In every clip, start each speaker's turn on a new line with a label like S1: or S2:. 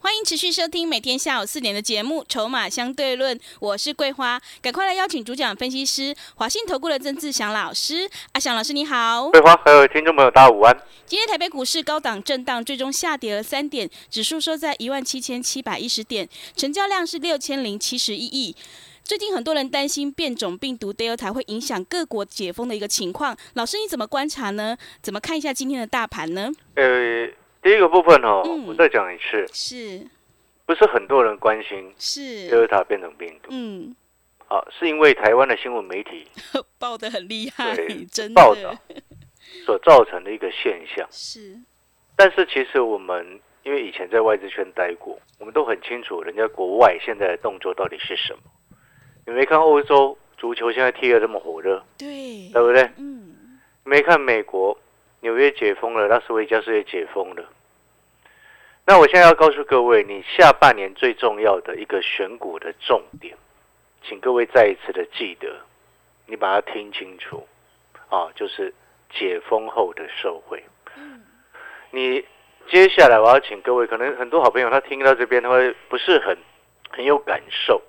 S1: 欢迎持续收听每天下午四点的节目《筹码相对论》，我是桂花，赶快来邀请主讲分析师华信投顾的曾志祥老师。阿祥老师你好，
S2: 桂花还有听众朋友，大家午安。
S1: 今天台北股市高档震荡，最终下跌了三点，指数收在一万七千七百一十点，成交量是六千零七十一亿。最近很多人担心变种病毒 Delta 会影响各国解封的一个情况，老师你怎么观察呢？怎么看一下今天的大盘呢？
S2: 呃，第一个部分哦，
S1: 嗯
S2: 我再讲一次，
S1: 是
S2: 不是很多人关心
S1: 是，
S2: 德尔塔变种病毒
S1: 嗯，
S2: 啊，是因为台湾的新闻媒体
S1: 爆的很厉害
S2: 对，
S1: 哎真
S2: 报道
S1: 的
S2: 所造成的一个现象。
S1: 是。
S2: 但是其实我们因为以前在外资圈待过，我们都很清楚人家国外现在的动作到底是什么。你没看欧洲足球现在踢得这么火热，
S1: 对，
S2: 对不对？
S1: 嗯，
S2: 没看美国纽约解封了，拉斯维加斯也解封了。那我现在要告诉各位，你下半年最重要的一个选股的重点，请各位再一次的记得，你把它听清楚啊，就是解封后的受惠。你接下来我要请各位，可能很多好朋友他听到这边他会不是很很有感受。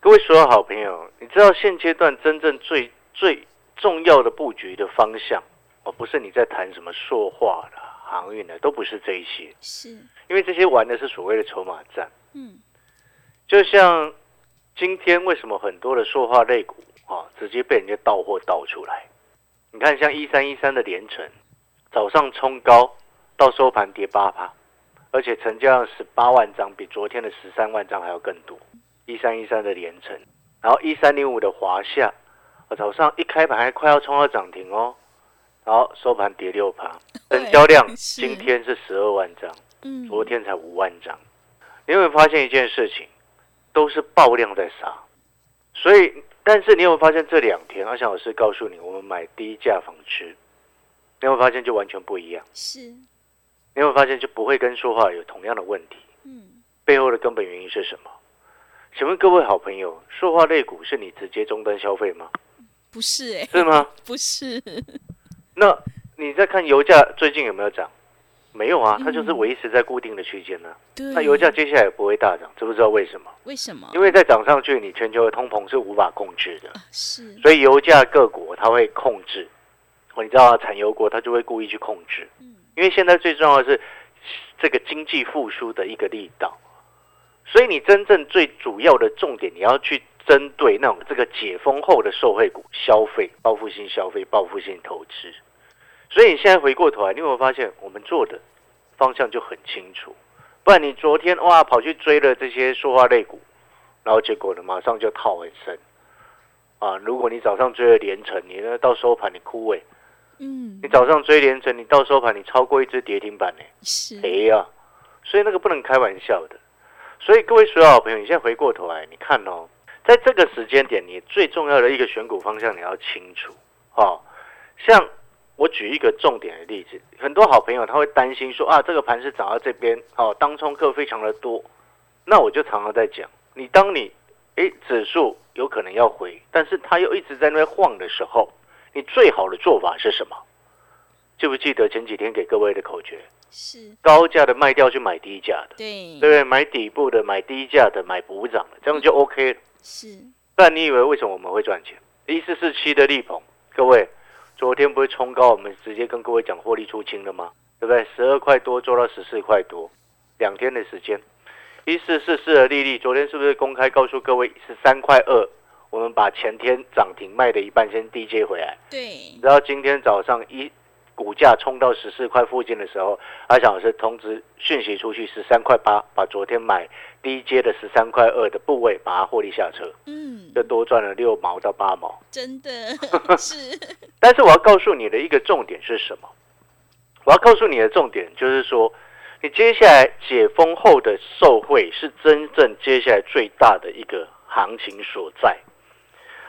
S2: 各位所有好朋友，你知道现阶段真正最最重要的布局的方向哦，不是你在谈什么塑化啦、航运的，都不是这一些，
S1: 是，
S2: 因为这些玩的是所谓的筹码战。
S1: 嗯，
S2: 就像今天为什么很多的塑化类股啊，直接被人家到货倒出来？你看，像一三一三的连城，早上冲高到收盘跌八趴，而且成交量十八万张，比昨天的十三万张还要更多。一三一三的连城，然后一三零五的华夏，啊早上一开盘还快要冲到涨停哦，然后收盘跌六趴，
S1: 对
S2: 成交量
S1: 是
S2: 今天是十二万张。
S1: 嗯，
S2: 昨天才五万张。你有没有发现一件事情，都是爆量在杀，所以，但是你有没有发现这两天阿翔老师告诉你，我们买低价纺织，你有没有发现就完全不一样？
S1: 是，
S2: 你有没有发现就不会跟说话有同样的问题？
S1: 嗯，
S2: 背后的根本原因是什么？请问各位好朋友，塑化类股是你直接终端消费吗？
S1: 不是、哎，
S2: 是吗？
S1: 不是，
S2: 那你在看油价最近有没有涨？没有啊，它就是维持在固定的区间呢、
S1: 嗯对，
S2: 那油价接下来也不会大涨，知不知道为什么？
S1: 为什么？啊
S2: 因为再涨上去，你全球的通膨是无法控制的，
S1: 是，
S2: 所以油价各国它会控制。哦，你知道啊，产油国它就会故意去控制，
S1: 嗯，
S2: 因为现在最重要的是这个经济复苏的一个力道。所以你真正最主要的重点，你要去针对那种这个解封后的受惠股、消费、报复性消费、报复性投资。所以你现在回过头来，你有没有发现我们做的方向就很清楚？不然你昨天哇跑去追了这些塑化类股，然后结果呢马上就套很深啊！如果你早上追了连城，你呢到收盘你枯萎；
S1: 嗯
S2: 你，早上追连城，你到收盘你超过一只跌停板呢、欸
S1: 是，
S2: 赔哎呀、所以那个不能开玩笑的。所以各位所有好朋友，你现在回过头来，你看哦，在这个时间点，你最重要的一个选股方向你要清楚哦。像我举一个重点的例子，很多好朋友他会担心说啊，这个盘是涨到这边哦，当冲客非常的多。那我就常常在讲，你当你诶指数有可能要回，但是它又一直在那边晃的时候，你最好的做法是什么？记不记得前几天给各位的口诀？
S1: 是，
S2: 高价的卖掉去买低价的，
S1: 对，
S2: 对不对？买底部的，买低价的，买补涨的，这样就 OK 了。
S1: 是，
S2: 但你以为为什么我们会赚钱？一四四七的力鹏，各位，昨天不是冲高，我们直接跟各位讲获利出清了吗？对不对？十二块多做到十四块多，两天的时间。一四四四的利率，昨天是不是公开告诉各位十三块二？我们把前天涨停卖的一半先低接回来，
S1: 对，
S2: 然后今天早上一股价冲到十四块附近的时候，阿翔老师通知讯息出去十三块八，把昨天买低阶的十三块二的部位把它获利下车，
S1: 嗯，
S2: 这多赚了六毛到八毛。
S1: 真 的是，
S2: 但是我要告诉你的一个重点是什么？我要告诉你的重点就是说，你接下来解封后的受惠是真正接下来最大的一个行情所在。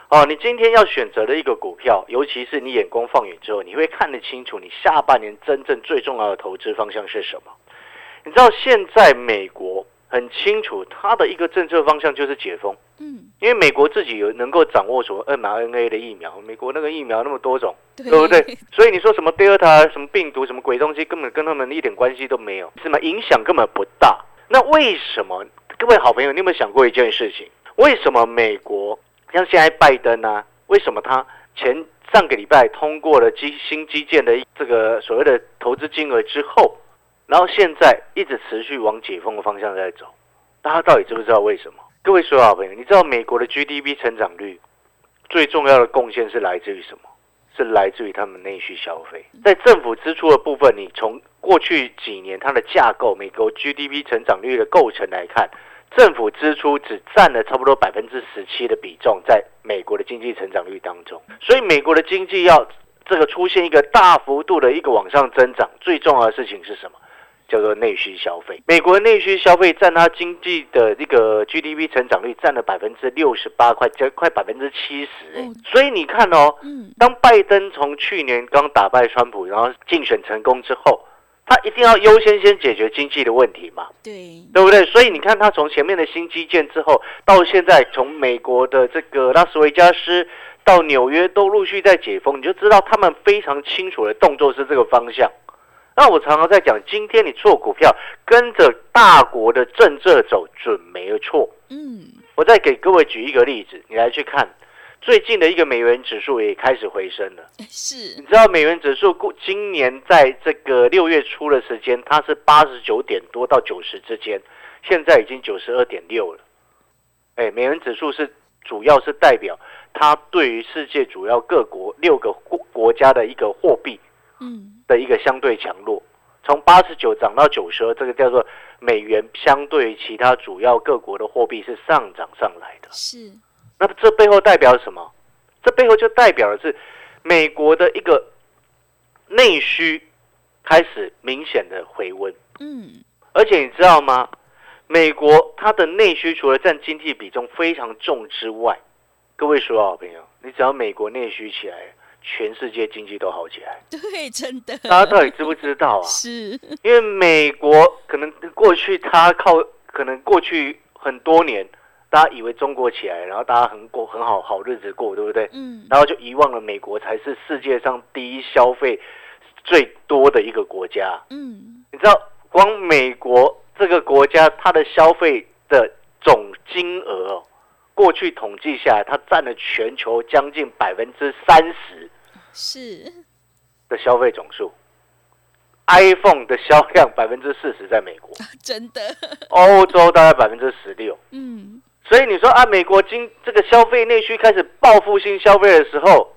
S2: 哦，你今天要选择的一个股票，尤其是你眼光放远之后，你会看得清楚你下半年真正最重要的投资方向是什么。你知道现在美国很清楚，它的一个政策方向就是解封，
S1: 嗯，
S2: 因为美国自己有能够掌握什么 mRNA 的疫苗，美国那个疫苗那么多种，
S1: 对
S2: 对不对？所以你说什么 Delta 什么病毒什么鬼东西，根本跟他们一点关系都没有，是吗？影响根本不大。那为什么？各位好朋友，你有没有想过一件事情？为什么美国像现在拜登啊，为什么他前上个礼拜通过了基新基建的这个所谓的投资金额之后，然后现在一直持续往解封的方向在走？大家到底知不知道为什么？各位所有好朋友，你知道美国的 GDP 成长率最重要的贡献是来自于什么？是来自于他们内需消费。在政府支出的部分，你从过去几年它的架构，美国 GDP 成长率的构成来看，政府支出只占了差不多百分之十七的比重，在美国的经济成长率当中。所以美国的经济要这个出现一个大幅度的一个往上增长，最重要的事情是什么？叫做内需消费。美国内需消费占它经济的这个 GDP 成长率占了百分之六十八，快将快百分之七
S1: 哦
S2: 十。所以你看哦，
S1: 嗯，
S2: 当拜登从去年刚打败川普，然后竞选成功之后，他一定要优先先解决经济的问题嘛，
S1: 对，
S2: 对不对？所以你看，他从前面的新基建之后，到现在从美国的这个拉斯维加斯到纽约都陆续在解封，你就知道他们非常清楚的动作是这个方向。那我常常在讲，今天你做股票，跟着大国的政策走，准没错。
S1: 嗯，
S2: 我再给各位举一个例子，你来去看，最近的一个美元指数也开始回升了。你
S1: 是，
S2: 知道美元指数过今年在这个六月初的时间，它是八十九点多到九十之间，现在已经九十二点六了。哎，美元指数是主要是代表它对于世界主要各国六个国国家的一个货币
S1: 嗯，
S2: 的一个相对强弱，从八十九涨到九十二，这个叫做美元相对于其他主要各国的货币是上涨上来的。
S1: 是，
S2: 那么这背后代表什么？这背后就代表的是美国的一个内需开始明显的回温，
S1: 嗯，
S2: 而且你知道吗？美国它的内需除了占经济比重非常重之外，各位所有好朋友，你只要美国内需起来，全世界经济都好起来。
S1: 对，真的，
S2: 大家到底知不知 道啊？
S1: 是，
S2: 因为美国可能过去它靠，可能过去很多年，大家以为中国起来，然后大家很过很好好日子过，对不对？
S1: 嗯，
S2: 然后就遗忘了美国才是世界上第一消费最多的一个国家。
S1: 嗯，
S2: 你知道，光美国这个国家，它的消费的总金额哦，过去统计下来，它占了全球将近百分之三十
S1: 是，
S2: 的消费总数。iPhone 的销量百分之四十在美国，
S1: 真的，
S2: 欧洲大概百分之十六。
S1: 嗯，
S2: 所以你说啊，美国经这个消费内需开始报复性消费的时候，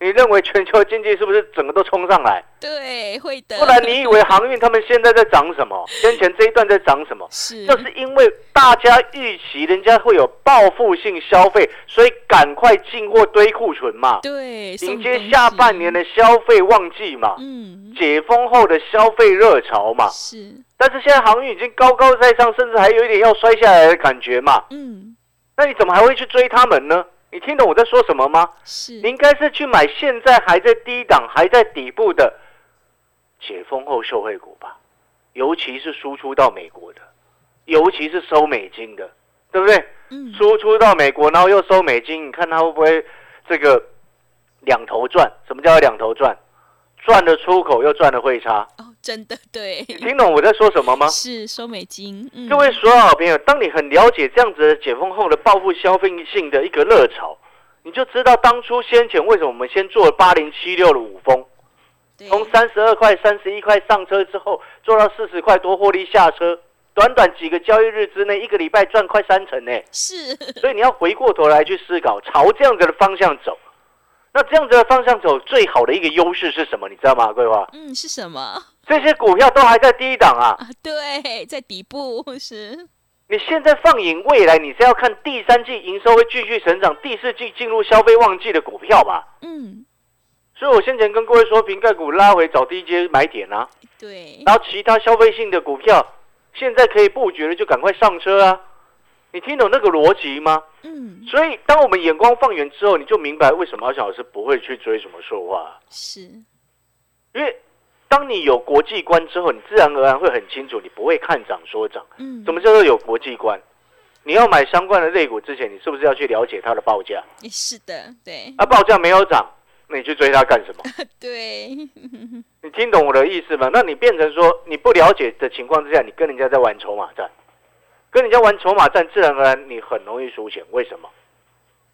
S2: 你认为全球经济是不是整个都冲上来？
S1: 对，会的，
S2: 不然你以为航运他们现在在涨什么？先前这一段在涨什么？
S1: 是，
S2: 就是因为大家预期人家会有报复性消费，所以赶快进货堆库存嘛，
S1: 对，
S2: 迎
S1: 送
S2: 接
S1: 东
S2: 下
S1: 西
S2: 半年，的消费旺季嘛，
S1: 嗯，
S2: 解封后的消费热潮嘛。
S1: 是，
S2: 但是现在航运已经高高在上，甚至还有一点要摔下来的感觉嘛。
S1: 嗯，
S2: 那你怎么还会去追他们呢？你听懂我在说什么吗？
S1: 是
S2: 你，应该是去买现在还在低档、还在底部的解封后受惠股吧，尤其是输出到美国的，尤其是收美金的，对不对？
S1: 嗯，
S2: 输出到美国，然后又收美金，你看它会不会这个两头赚？什么叫两头赚？赚了出口又赚了汇差，
S1: 哦，真的，对，
S2: 你听懂我在说什么吗？
S1: 是收美金，嗯，
S2: 各位所有好朋友，当你很了解这样子的解封后的报复消费性的一个热潮，你就知道当初先前为什么我们先做了八零七六的五峰，
S1: 对
S2: 从三十二块、三十一块上车之后，做到四十块多获利下车，短短几个交易日之内，一个礼拜赚快三成呢。
S1: 嗯是，
S2: 所以你要回过头来去思考，朝这样子的方向走。那这样子的方向走，最好的一个优势是什么？你知道吗，桂花？
S1: 嗯，是什么
S2: 这些股票都还在低档啊，
S1: 啊？对，在底部是，
S2: 你现在放眼未来，你是要看第三季营收会继续成长，第四季进入消费旺季的股票吧？
S1: 嗯，
S2: 所以我先前跟各位说，瓶盖股拉回找低阶买点啊，
S1: 对，
S2: 然后其他消费性的股票现在可以布局了，就赶快上车啊！你听懂那个逻辑吗？
S1: 嗯，
S2: 所以，当我们眼光放远之后，你就明白为什么阿翔老师不会去追什么说话，
S1: 是，
S2: 因为当你有国际观之后，你自然而然会很清楚，你不会看涨说涨。
S1: 嗯，
S2: 什么叫做有国际观？你要买相关的类股之前，你是不是要去了解它的报价？
S1: 也是的，对，
S2: 啊，报价没有涨，那你去追它干什么？
S1: 对，
S2: 你听懂我的意思吗？那你变成说你不了解的情况之下，你跟人家在玩筹码战，跟人家玩筹码战，自然而然你很容易输钱。为什么？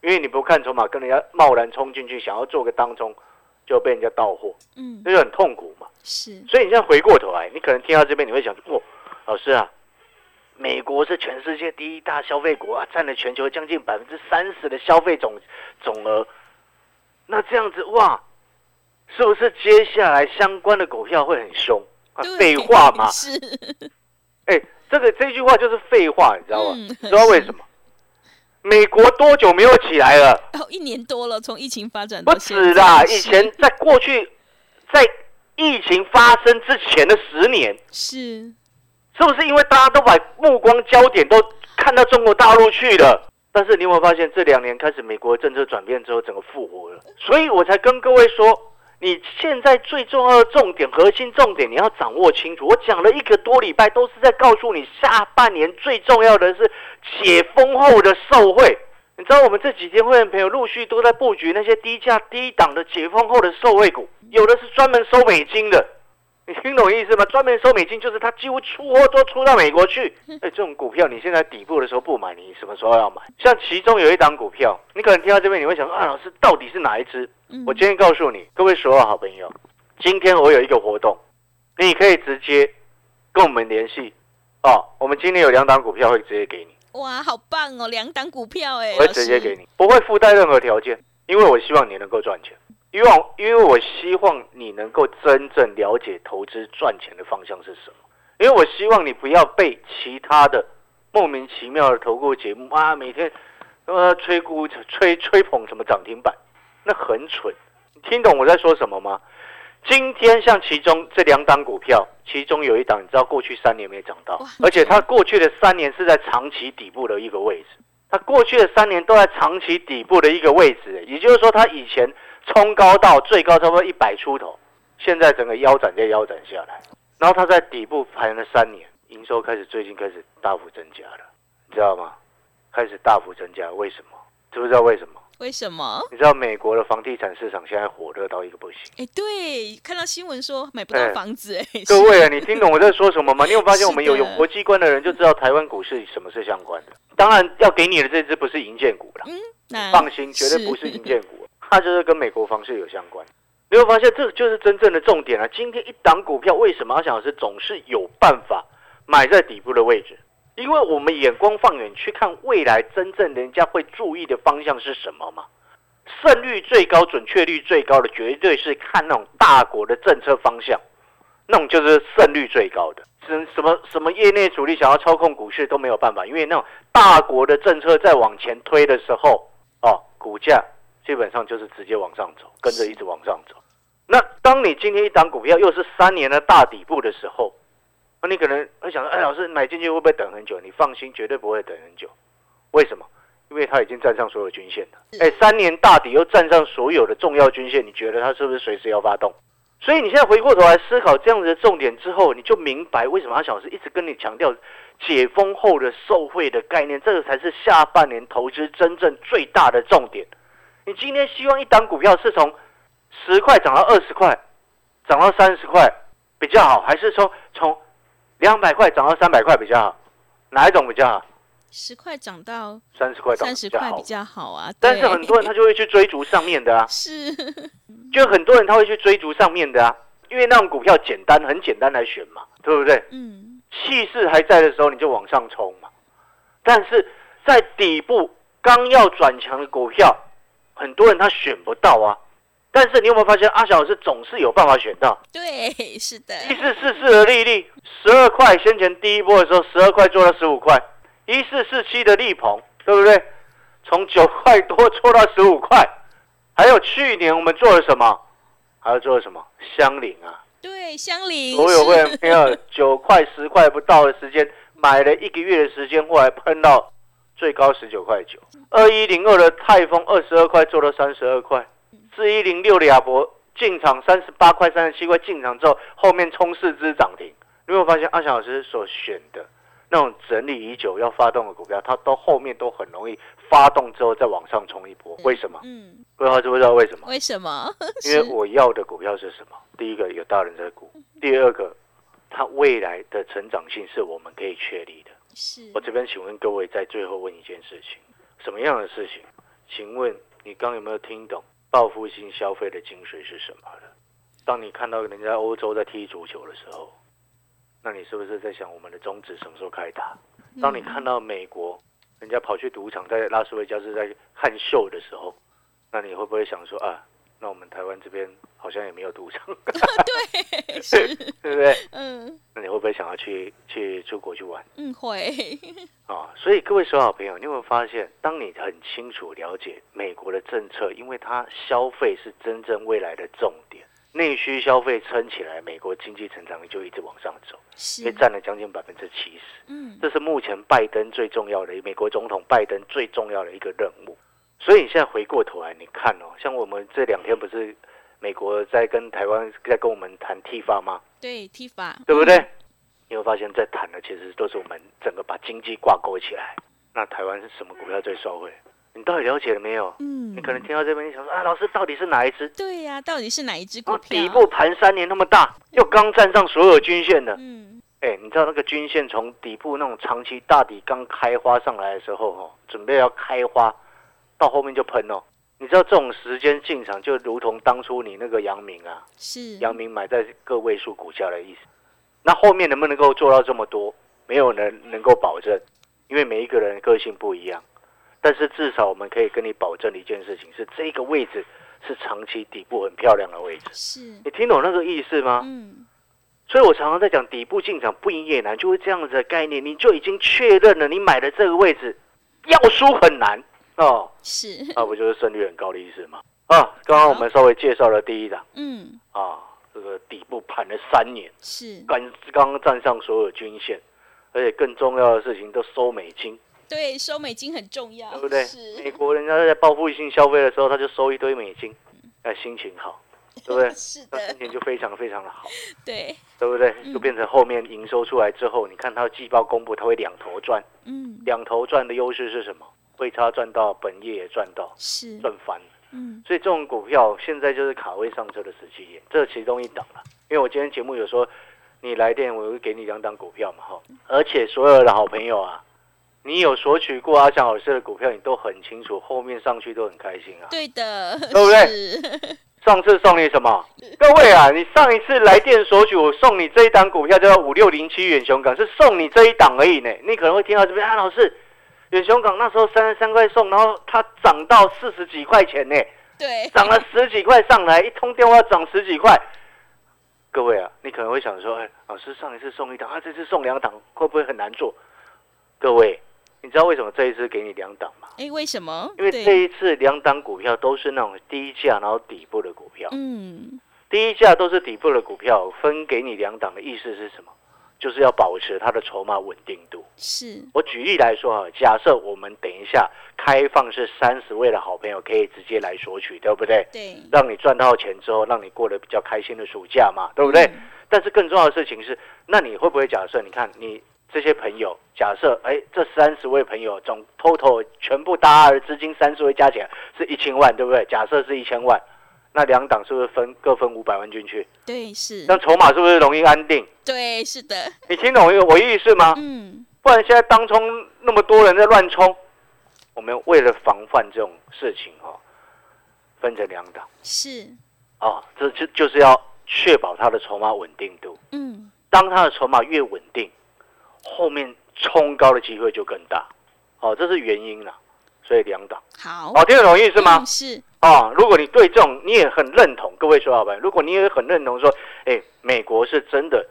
S2: 因为你不看筹码，跟人家贸然冲进去，想要做个当冲，就被人家到货，
S1: 嗯，
S2: 那就很痛苦嘛。
S1: 是，
S2: 所以你现在回过头来，你可能听到这边，你会想，哦，老师啊，美国是全世界第一大消费国啊，占了全球将近百分之三十的消费总总额。那这样子哇，是不是接下来相关的股票会很凶啊？
S1: 对，
S2: 废话嘛
S1: 是，
S2: 哎、这个这句话就是废话，你知道吗？
S1: 嗯
S2: 你知道为什么？美国多久没有起来了？
S1: 哦，一年多了，从疫情发展
S2: 不
S1: 到现
S2: 止
S1: 在
S2: 啦，
S1: 是
S2: 以前在过去，在疫情发生之前的十年，
S1: 是，
S2: 是不是因为大家都把目光焦点都看到中国大陆去了？但是你有没有发现，这两年开始美国政策转变之后，整个复活了？所以我才跟各位说，你现在最重要的重点、核心重点，你要掌握清楚。我讲了一个多礼拜，都是在告诉你，下半年最重要的是解封后的受惠。你知道我们这几天会员朋友陆续都在布局那些低价、低档的解封后的受惠股，有的是专门收美金的，你听懂我意思吗？专门收美金就是他几乎出货都出到美国去。哎、这种股票你现在底部的时候不买，你什么时候要买？像其中有一档股票，你可能听到这边你会想说啊，老师到底是哪一只？
S1: 嗯，
S2: 我今天告诉你，各位所有好朋友，今天我有一个活动，你可以直接跟我们联系哦。我们今天有两档股票会直接给你，
S1: 哇，好棒哦，两档股票哎，
S2: 我会
S1: 老
S2: 直接
S1: 师
S2: 给你，不会附带任何条件，因为我希望你能够赚钱。因为我因为我希望你能够真正了解投资赚钱的方向是什么，因为我希望你不要被其他的莫名其妙的投顾节目啊，每天呃吹鼓吹吹捧什么涨停板，那很蠢。你听懂我在说什么吗？今天像其中这两档股票，其中有一档你知道过去三年没涨到
S1: 哇，
S2: 而且它过去的三年是在长期底部的一个位置，它过去的三年都在长期底部的一个位置，也就是说它以前冲高到最高差不多一百出头，现在整个腰斩再腰斩下来，然后它在底部盘了三年，营收开始最近开始大幅增加了，你知道吗？开始大幅增加，为什么？知不知道为什么？
S1: 为什么？
S2: 你知道美国的房地产市场现在火热到一个不行。
S1: 哎，对，看到新闻说买不到
S2: 哎
S1: 房子哎，
S2: 各
S1: 是
S2: 位啊，你听懂我在说什么吗？你有发现我们有
S1: 是的
S2: 有国际观的人就知道台湾股市什么是相关的。当然，要给你的这只不是银建股啦，
S1: 嗯，那
S2: 放心，绝对不是银建股，它就是跟美国房市有相关。你会发现，这就是真正的重点啊！今天一档股票为什么阿翔老师总是有办法买在底部的位置？因为我们眼光放远去看未来真正人家会注意的方向是什么嘛？胜率最高、准确率最高的，绝对是看那种大国的政策方向，那种就是胜率最高的。什什么什么业内主力想要操控股市都没有办法，因为那种大国的政策在往前推的时候，哦，股价基本上就是直接往上走，跟着一直往上走。那当你今天一档股票又是三年的大底部的时候，那你可能会想说，哎，老师买进去会不会等很久？你放心，绝对不会等很久。为什么？因为它已经站上所有均线了。哎，三年大底又站上所有的重要均线，你觉得它是不是随时要发动？所以你现在回过头来思考这样子的重点之后，你就明白为什么阿小老师一直跟你强调解封后的受惠的概念，这个才是下半年投资真正最大的重点。你今天希望一档股票是从十块涨到二十块，涨到三十块比较好，还是从从两百块涨到三百块比较好？哪一种比较好？
S1: 十块涨到
S2: 三十块涨
S1: 三
S2: 得
S1: 十
S2: 比较
S1: 块
S2: 好
S1: 比。较好啊，
S2: 但是
S1: 对，
S2: 很多人他就会去追逐上面的啊
S1: 是
S2: 就很多人他会去追逐上面的啊，因为那种股票简单，很简单来选嘛，对不对？
S1: 嗯
S2: 气势还在的时候，你就往上冲嘛。但是在底部刚要转强的股票，很多人他选不到啊。但是你有没有发现，阿翔老师总是有办法选到？
S1: 对是的，
S2: 一四四四的利率，十二块，先前第一波的时候十二块做到十五块，一四四七的利鹏，对不对？从九块多做到十五块，还有去年我们做了什么？还有做了什么？香菱啊，
S1: 对，香菱
S2: 所有会 员朋友九块十块不到的时间买了一个月的时间，后来喷到最高十九块九。二一零二的泰丰二十二块做到三十二块，四一零六的亚博进场三十八块、三十七块进场之后，后面冲四只涨停。你有没有发现阿翔老师所选的那种整理已久要发动的股票，它到后面都很容易发动之后再往上冲一波？为什么？
S1: 嗯，
S2: 各位老师不知道为什么？
S1: 为什么？
S2: 因为我要的股票是什么？第一个有大人在股，第二个它未来的成长性是我们可以确立的。
S1: 是
S2: 我这边请问各位，在最后问一件事情，什么样的事情？请问你刚有没有听懂报复性消费的精髓是什么了？当你看到人家欧洲在踢足球的时候，那你是不是在想我们的宗旨什么时候开打？当你看到美国人家跑去赌场在拉斯维加斯在看秀的时候，那你会不会想说啊，那我们台湾这边好像也没有赌场，
S1: 对， 是，
S2: 对不对？
S1: 嗯
S2: 那你会不会想要去去出国去玩？
S1: 嗯，会，
S2: 啊，所以各位所有好朋友，你有没有发现，当你很清楚了解美国的政策，因为它消费是真正未来的重点，内需消费撑起来，美国经济成长率就一直往上走，因为
S1: 是，
S2: 占了将近百分之七十，
S1: 嗯
S2: 这是目前拜登最重要的，美国总统拜登最重要的一个任务。所以你现在回过头来，你看哦，像我们这两天不是美国在跟台湾在跟我们谈 T 法吗？
S1: 对，踢法，
S2: 对不对？你会发现在谈的其实都是我们整个把经济挂钩起来。那台湾是什么股票最受惠？你到底了解了没有？
S1: 嗯
S2: 你可能听到这边，你想说啊，老师到底是哪一只？
S1: 对呀、到底是哪一只股
S2: 哦，
S1: 票？
S2: 底部盘三年那么大，又刚站上所有均线的。
S1: 嗯，
S2: 哎，你知道那个均线从底部那种长期大底刚开花上来的时候，哦，准备要开花，到后面就喷哦。你知道这种时间进场，就如同当初你那个阳明啊，
S1: 是，
S2: 阳明买在个位数股价的意思。那后面能不能够做到这么多，没有人能够保证，因为每一个人的个性不一样。但是至少我们可以跟你保证一件事情，是这个位置是长期底部很漂亮的位置。
S1: 是，
S2: 你听懂那个意思吗？
S1: 嗯，
S2: 所以我常常在讲底部进场不赢也难，就是这样子的概念，你就已经确认了你买的这个位置，要输很难哦，
S1: 是，
S2: 那不就是胜率很高的意思吗？啊，刚刚我们稍微介绍了第一档
S1: 嗯，
S2: 啊，这个底部盘了三年。
S1: 是，
S2: 刚刚站上所有均线，而且更重要的事情都收美金，
S1: 对，收美金很重要，
S2: 对不对？
S1: 哦
S2: 美
S1: 是，？
S2: 国人家在报复性消费的时候，他就收一堆美金，哎，心情好，对不对 嗯
S1: 是
S2: 那心
S1: 的，
S2: 情就非常非常的好，
S1: 对，
S2: 对不对？
S1: 嗯
S2: 就变成后面营收出来之后，你看它的季报公布，它会两头赚，
S1: 嗯，
S2: 两头赚的优势是什么？汇差赚到，本业也赚到，
S1: 是，
S2: 赚翻了。
S1: 嗯，
S2: 所以这种股票现在就是卡位上车的时机点，这其中一档了。因为我今天节目有说，你来电我会给你两档股票嘛，哈。而且所有的好朋友啊，你有索取过阿翔老师的股票，你都很清楚，后面上去都很开心啊。
S1: 对的，
S2: 对不
S1: 对？
S2: 上次送你什么？各位啊，你上一次来电索取，我送你这一档股票叫做五六零七远雄港，是送你这一档而已呢。你可能会听到这边啊，老师，远雄港那时候三十三块送，然后它涨到四十几块钱呢。
S1: 对，
S2: 涨了十几块上来，一通电话涨十几块。各位啊，你可能会想说，哎，老师上一次送一档，啊，这次送两档，会不会很难做？各位，你知道为什么这一次给你两档吗？
S1: 哎，为什么？
S2: 因为
S1: 对
S2: 这一次两档股票都是那种低价然后底部的股票，
S1: 嗯，
S2: 低价都是底部的股票，分给你两档的意思是什么？就是要保持它的筹码稳定度。
S1: 是，
S2: 我举例来说啊，假设我们等一下开放是三十位的好朋友可以直接来索取，对不对？
S1: 对，
S2: 让你赚到钱之后，让你过得比较开心的暑假嘛，对不对？
S1: 嗯
S2: 但是更重要的事情是，那你会不会假设，你看你这些朋友，假设哎，这三十位朋友总 total 全部大家的资金三十位加起来是一千万，对不对？假设是一千万，那两档是不是分各分五百万进去？
S1: 对，是，
S2: 那筹码是不是容易安定？
S1: 对，是的，
S2: 你听懂我意思吗？
S1: 嗯，
S2: 不然现在当冲那么多人在乱冲，我们为了防范这种事情哦，分成两档。
S1: 是，
S2: 哦，这就就是要确保它的筹码稳定度。
S1: 嗯，
S2: 当它的筹码越稳定，后面冲高的机会就更大。哦，这是原因啦。所以两档，
S1: 好，
S2: 哦，听得懂意思吗
S1: 嗯？是，
S2: 哦，如果你对这种你也很认同，各位说老板，如果你也很认同说，哎，美国是真的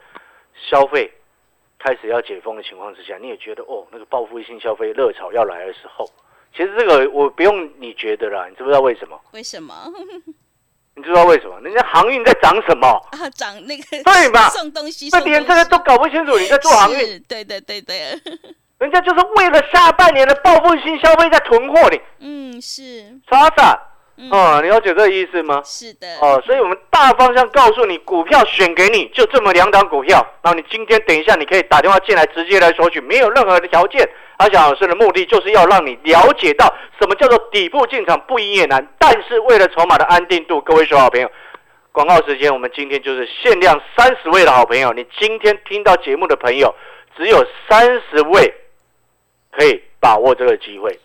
S2: 消费开始要解封的情况之下，你也觉得哦，那个报复性消费热潮要来的时候，其实这个我不用你觉得啦，你知不知道为什么？
S1: 为什么？
S2: 你你知道为什么？人家航运在涨什么？
S1: 啊，涨那个
S2: 对吧
S1: 送东西，
S2: 那
S1: 送
S2: 连
S1: 东
S2: 这个
S1: 西
S2: 都搞不清楚，你在做航运，
S1: 是对对对对，
S2: 人家就是为了下半年的报复性消费在囤货你，
S1: 嗯，是，
S2: 傻傻
S1: 嗯，
S2: 哦，你了解这个意思吗？
S1: 是的，
S2: 哦，所以我们大方向告诉你，股票选给你就这么两档股票，然后你今天等一下你可以打电话进来直接来索取，没有任何的条件。阿翔老师的目的就是要让你了解到什么叫做底部进场不赢也难，但是为了筹码的安定度，各位小好朋友。广告时间，我们今天就是限量三十位的好朋友，你今天听到节目的朋友，只有三十位可以把握这个机会。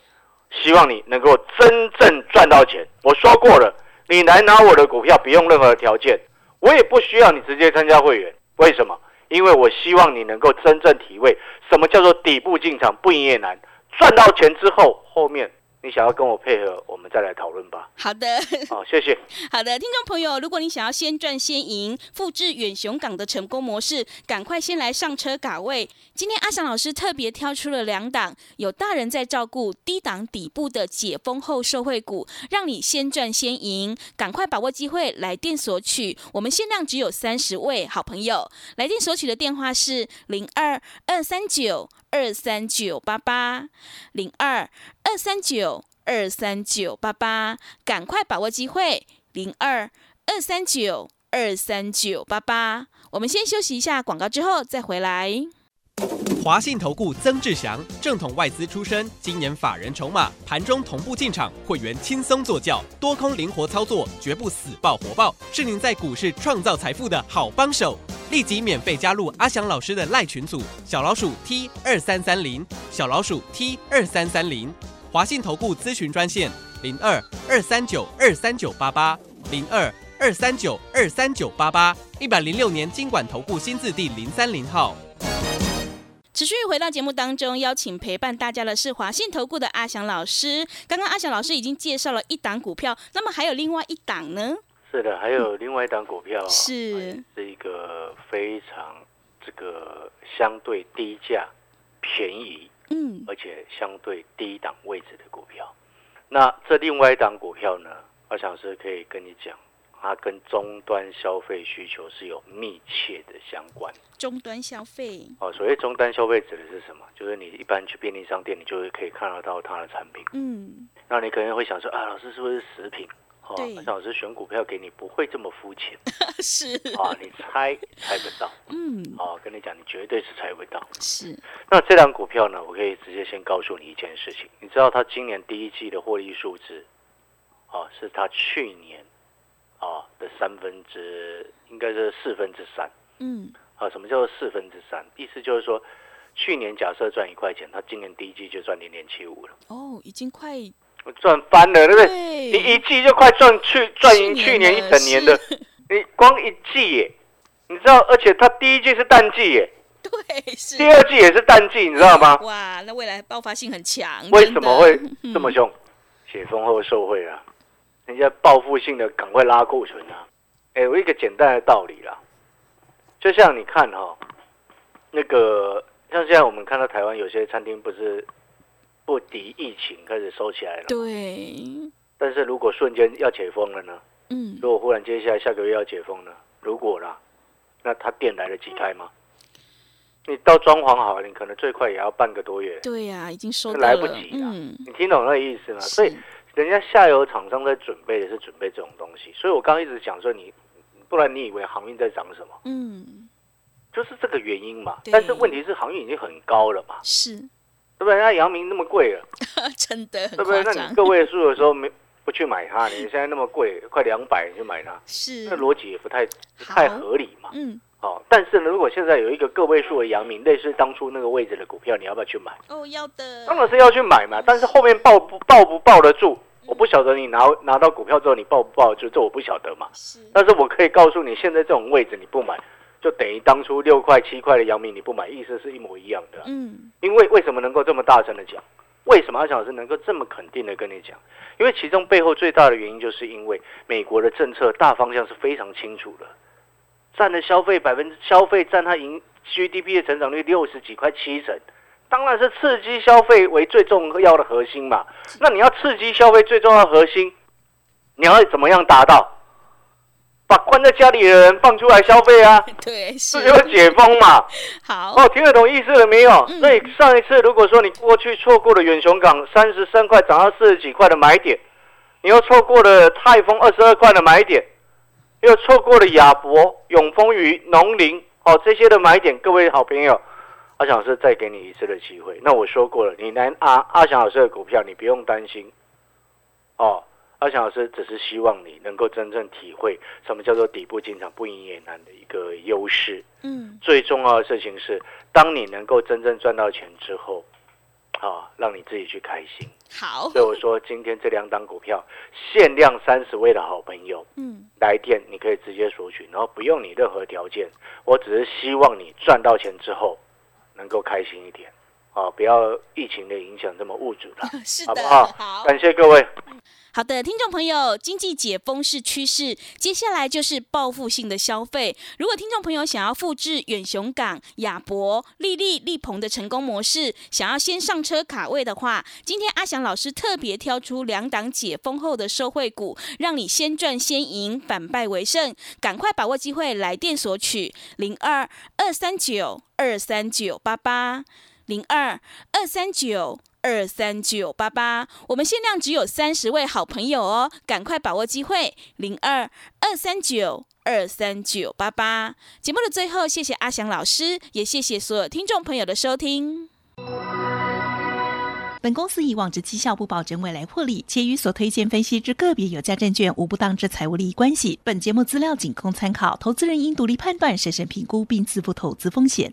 S2: 希望你能够真正赚到钱。我说过了，你来拿我的股票不用任何条件，我也不需要你直接参加会员。为什么？因为我希望你能够真正体会什么叫做底部进场不赢也难。赚到钱之后，后面你想要跟我配合，我们再来讨论吧。
S1: 好的，
S2: 好，谢谢。
S1: 好的，听众朋友，如果你想要先赚先赢，复制远雄港的成功模式，赶快先来上车岗位。今天阿翔老师特别挑出了两档有大人在照顾、低档底部的解封后受惠股，让你先赚先赢，赶快把握机会来电索取。我们限量只有三十位好朋友，来电索取的电话是零二二三九二三九八八零二二三九二三九八八，赶快把握机会。零二二三九二三九八八。我们先休息一下广告，之后再回来。
S3: 华信投顾曾志祥，正统外资出身，今年法人筹码，盘中同步进场，会员轻松做教，多空灵活操作，绝不死爆活爆，是您在股市创造财富的好帮手。立即免费加入阿翔老师的赖群组，小老鼠 T 二三三零，小老鼠 T 二三三零，华信投顾咨询专线零二二三九二三九八八零二二三九二三九八八，一百零六年经管投顾新字第零三零号。
S1: 持续回到节目当中，邀请陪伴大家的是华信投顾的阿翔老师。刚刚阿翔老师已经介绍了一档股票，那么还有另外一档呢？
S2: 是的，还有另外一档股票、啊，
S1: 是
S2: 是一个非常这个相对低价、便宜，
S1: 嗯，
S2: 而且相对低档位置的股票。那这另外一档股票呢，我想是可以跟你讲，它跟终端消费需求是有密切的相关。
S1: 终端消费，
S2: 哦，所谓终端消费指的是什么？就是你一般去便利商店，你就会可以看得到它的产品。
S1: 嗯，
S2: 那你可能会想说啊，老师是不是食品？哦，
S1: 对
S2: 我想老师选股票给你不会这么肤浅
S1: 是，
S2: 啊，你猜猜不到
S1: 嗯，
S2: 啊！跟你讲，你绝对是猜不到。
S1: 是，
S2: 那这档股票呢，我可以直接先告诉你一件事情，你知道它今年第一季的获利数字，啊，是它去年啊的三分之，应该是四分之三
S1: 嗯，
S2: 啊。什么叫做四分之三？意思就是说，去年假设赚一块钱，它今年第一季就赚零点七五了，
S1: 哦，已经快
S2: 赚翻了，对不对？
S1: 对，
S2: 你一季就快赚去赚赢去年一整年的，
S1: 是
S2: 你光一季耶，你知道？而且它第一季是淡季耶，
S1: 对是，
S2: 第二季也是淡季，你知道吗？
S1: 哇，那未来爆发性很强，
S2: 为
S1: 真
S2: 什
S1: 的
S2: 么会这么
S1: 嗯
S2: 凶？解封后受贿啊，人家报复性的赶快拉库存啊！哎、有一个简单的道理啦，就像你看哈、那个像现在我们看到台湾有些餐厅不是不敌疫情开始收起来了，
S1: 对，
S2: 但是如果瞬间要解封了呢？
S1: 嗯，
S2: 如果忽然接下来下个月要解封呢？如果啦，那他店来得及开吗？
S1: 嗯
S2: 你到装潢好，你可能最快也要半个多月，
S1: 对呀、已经收到
S2: 来
S1: 了，
S2: 不及啦。
S1: 嗯，
S2: 你听懂那个意思吗？
S1: 是
S2: 所以人家下游厂商在准备的是准备这种东西，所以我刚刚一直讲说你，不然你以为航运在涨什么？
S1: 嗯，
S2: 就是这个原因嘛
S1: 对。
S2: 但是问题是航运已经很高了嘛，
S1: 是，
S2: 对不对？那阳明那么贵了，
S1: 真的很
S2: 对不对？
S1: 夸
S2: 那你
S1: 张，
S2: 个位数的时候没不去买它，你现在那么贵，快两百你去买它，
S1: 是
S2: 那，逻辑也不太不
S1: 好
S2: 太合理嘛。
S1: 嗯，
S2: 哦，但是呢，如果现在有一个个位数的阳明，类似当初那个位置的股票，你要不要去买？
S1: 哦，要的，
S2: 当然是要去买
S1: 嗯
S2: 嘛，但是后面抱不抱不抱得住，我不晓得你拿拿到股票之后你抱不抱得住，这我不晓得嘛。
S1: 是，
S2: 但是我可以告诉你，现在这种位置你不买，就等于当初六块七块的阳明你不买，意思是一模一样的啊、
S1: 嗯，
S2: 因为为什么能够这么大声的讲？为什么阿翔老师能够这么肯定的跟你讲？因为其中背后最大的原因，就是因为美国的政策大方向是非常清楚的，占了消费百分之消费占它盈 GDP 的成长率六十几块七成，当然是刺激消费为最重要的核心嘛。那你要刺激消费最重要的核心，你要怎么样达到？把关在家里的人放出来消费啊，
S1: 对，是
S2: 这就解封嘛。
S1: 好，
S2: 哦，听得懂意思了没有？
S1: 嗯
S2: 所以上一次如果说你过去错过了远雄港三十三块涨到四十几块的买点，你又错过了泰丰二十二块的买点，又错过了亚博、永丰余、农林哦这些的买点，各位好朋友，阿翔老师再给你一次的机会。那我说过了，你拿阿阿翔老师的股票，你不用担心哦。阿翔老师只是希望你能够真正体会什么叫做底部进场不赢也难的一个优势。
S1: 嗯，
S2: 最重要的事情是，当你能够真正赚到钱之后，啊，让你自己去开心。
S1: 好，
S2: 所以我说，今天这两档股票限量三十位的好朋友，
S1: 嗯，
S2: 来电你可以直接索取，然后不用你任何条件。我只是希望你赚到钱之后能够开心一点，啊，不要疫情的影响这么物质了，
S1: 是
S2: 好不
S1: 的，
S2: 好？感谢各位。
S1: 好的，听众朋友，经济解封是趋势，接下来就是报复性的消费。如果听众朋友想要复制远雄港、亚博、丽丽、丽鹏的成功模式，想要先上车卡位的话，今天阿翔老师特别挑出两档解封后的受惠股，让你先赚先赢，反败为胜。赶快把握机会，来电索取零二二三九二三九八八零二二三九。二三九八八，我们限量只有三十位好朋友哦，赶快把握机会！零二二三九二三九八八。节目的最后，谢谢阿翔老师，也谢谢所有听众朋友的收听。
S4: 本公司以往之绩效不保证未来获利，且与所推荐分析之个别有价证券无不当之财务利益关系。本节目资料仅供参考，投资人应独立判断、审慎评估并自负投资风险。